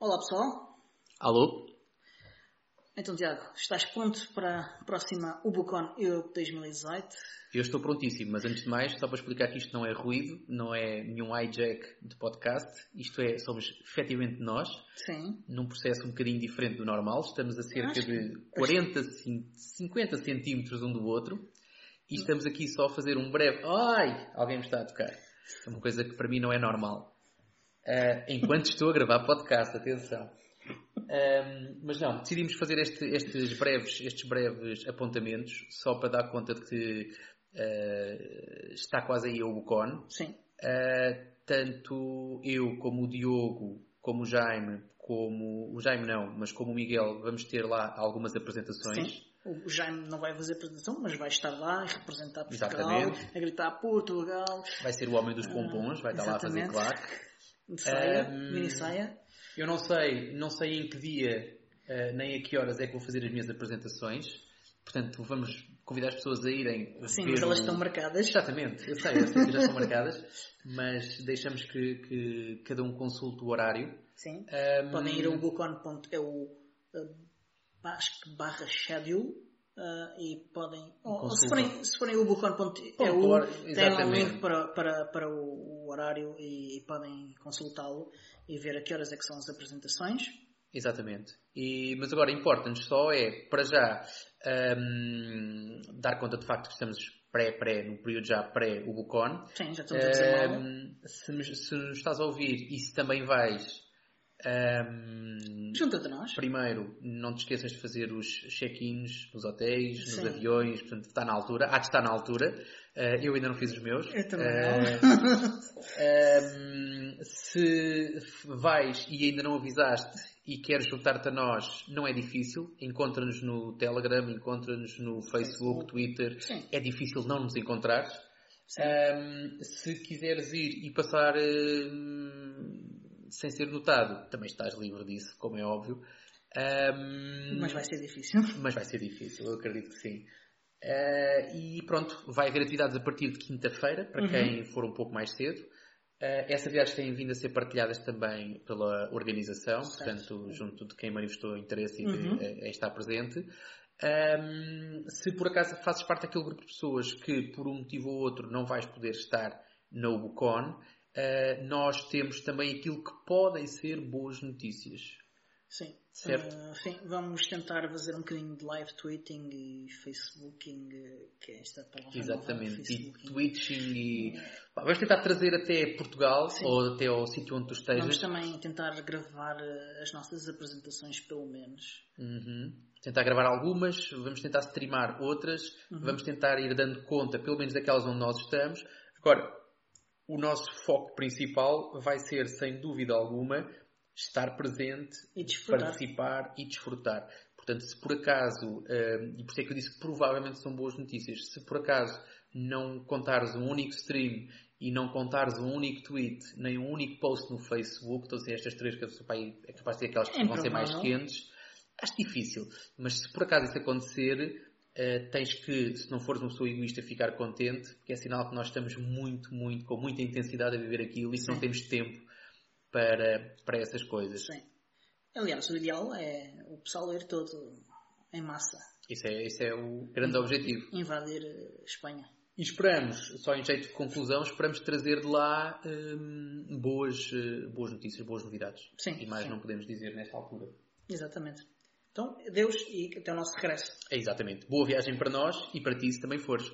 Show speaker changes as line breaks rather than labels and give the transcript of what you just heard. Olá pessoal,
Alô?
então Tiago, estás pronto para a próxima Ubucon Europe 2018?
Eu estou prontíssimo, mas antes de mais, só para explicar que isto não é ruído, não é nenhum hijack de podcast, isto é, somos efetivamente nós,
Sim.
num processo um bocadinho diferente do normal, estamos a cerca
Acho
de 40, cin- 50 centímetros um do outro, e estamos aqui só a fazer um breve... Ai! Alguém me está a tocar. É Uma coisa que para mim não é normal. Ah, enquanto estou a gravar podcast, atenção. Ahm, mas não, decidimos fazer este- estes, breves, estes breves apontamentos só para dar conta de que ah, está quase aí a Ubucon.
Sim.
Uh, tanto eu como o Diogo, como o Jaime, como o Jaime não, mas como o Miguel, vamos ter lá algumas apresentações.
Sim. O Jaime não vai fazer apresentação, mas vai estar lá e representar Portugal,
Exatamente.
a gritar Portugal,
Vai ser o homem dos pompons, vai estar
Ah, exatamente.
lá a fazer claque.
de saia,
Ahm.
mini saia.
Eu não sei, não sei em que dia uh, nem a que horas é que vou fazer as minhas apresentações. Portanto, vamos convidar as pessoas a irem.
Sim,
ver
mas elas
o-
estão marcadas.
Exatamente, eu sei, eu sei que já estão marcadas, mas deixamos que, que cada um consulte o horário.
Sim.
Ahm,
Podem ir a ubucon.eu é o, eh, acho que barra schedule eh, e podem ou, ou se
Consulta.
forem, se forem ubucon.eu tem
Ponto,
lá um
exatamente.
link para, para, para o, o horário e, e podem consultá-lo e ver a que horas é que são as apresentações
Exatamente. E- mas agora importa-nos só é, para já, hum, dar conta de facto que estamos pré-pré, no período já pré-Ubucon.
sim, já estamos a dizer mal é?
Hum, se, nos, se nos estás a ouvir e se também vais, hum,
junta-te a nós
primeiro, não te esqueças de fazer os check-ins nos hotéis,
Sim.
nos aviões, portanto está na altura, há de estar na altura. Eh, eu ainda não fiz os meus.
eu também
Eh,
não
Ahm, se f- vais e ainda não avisaste e queres juntar-te a nós, não é difícil. Encontra-nos no Telegram, encontra-nos no Facebook,
Facebook.
Twitter.
sim,
É difícil não nos encontrar.
sim.
se quiseres ir e passar ahm, sem ser notado, também estás livre disso, como é óbvio. Ahm,
mas vai ser difícil
mas vai ser difícil, eu acredito que sim. Eh, e pronto, vai haver atividades a partir de quinta-feira, para
Uhum.
quem for um pouco mais cedo. Eh, essas atividades têm vindo a ser partilhadas também pela organização,
Certo.
portanto, junto de quem manifestou interesse eh,
Uhum.
em, em estar presente. Ahm, se por acaso fazes parte daquele grupo de pessoas que, por um motivo ou outro, não vais poder estar na UBCON, eh, nós temos também aquilo que podem ser boas notícias.
Sim.
Certo.
Eh, sim, vamos tentar fazer um bocadinho de live tweeting e facebooking, eh, que é esta palavra nova,
Exatamente, e
facebooking.
Twitching e. Pá, vamos tentar trazer até Portugal
Sim.
ou até ao sítio onde tu
Vamos
estejas.
também tentar gravar eh, as nossas apresentações, pelo menos.
Uhum. Tentar gravar algumas, vamos tentar streamar outras,
Uhum.
vamos tentar ir dando conta, pelo menos daquelas onde nós estamos. Agora, o nosso foco principal vai ser, sem dúvida alguma, estar presente,
E desfrutar.
participar e desfrutar. Portanto, se por acaso, hum, e por isso é que eu disse que provavelmente são boas notícias, se por acaso não contares um único stream e não contares um único tweet, nem um único post no Facebook, todas estas três que a pessoa vai- é capaz de ter aquelas que
É
vão ser mais
provável.
quentes, acho difícil. Mas se por acaso isso acontecer, eh, tens que, se não fores uma pessoa egoísta, ficar contente, porque é sinal que nós estamos muito, muito, com muita intensidade a viver aquilo e que não
Sim.
temos tempo para, para essas coisas.
Sim. Aliás, o ideal é o pessoal ir todo em massa,
Isso é, isso é o grande objetivo.
invadir eh, Espanha.
E esperamos, só em jeito de conclusão, esperamos trazer de lá hum, boas, eh, boas notícias, boas novidades.
Sim,
E mais
sim.
não podemos dizer nesta altura.
Exatamente. Então, adeus e até o nosso regresso.
É exatamente. Boa viagem para nós e para ti, se também fores.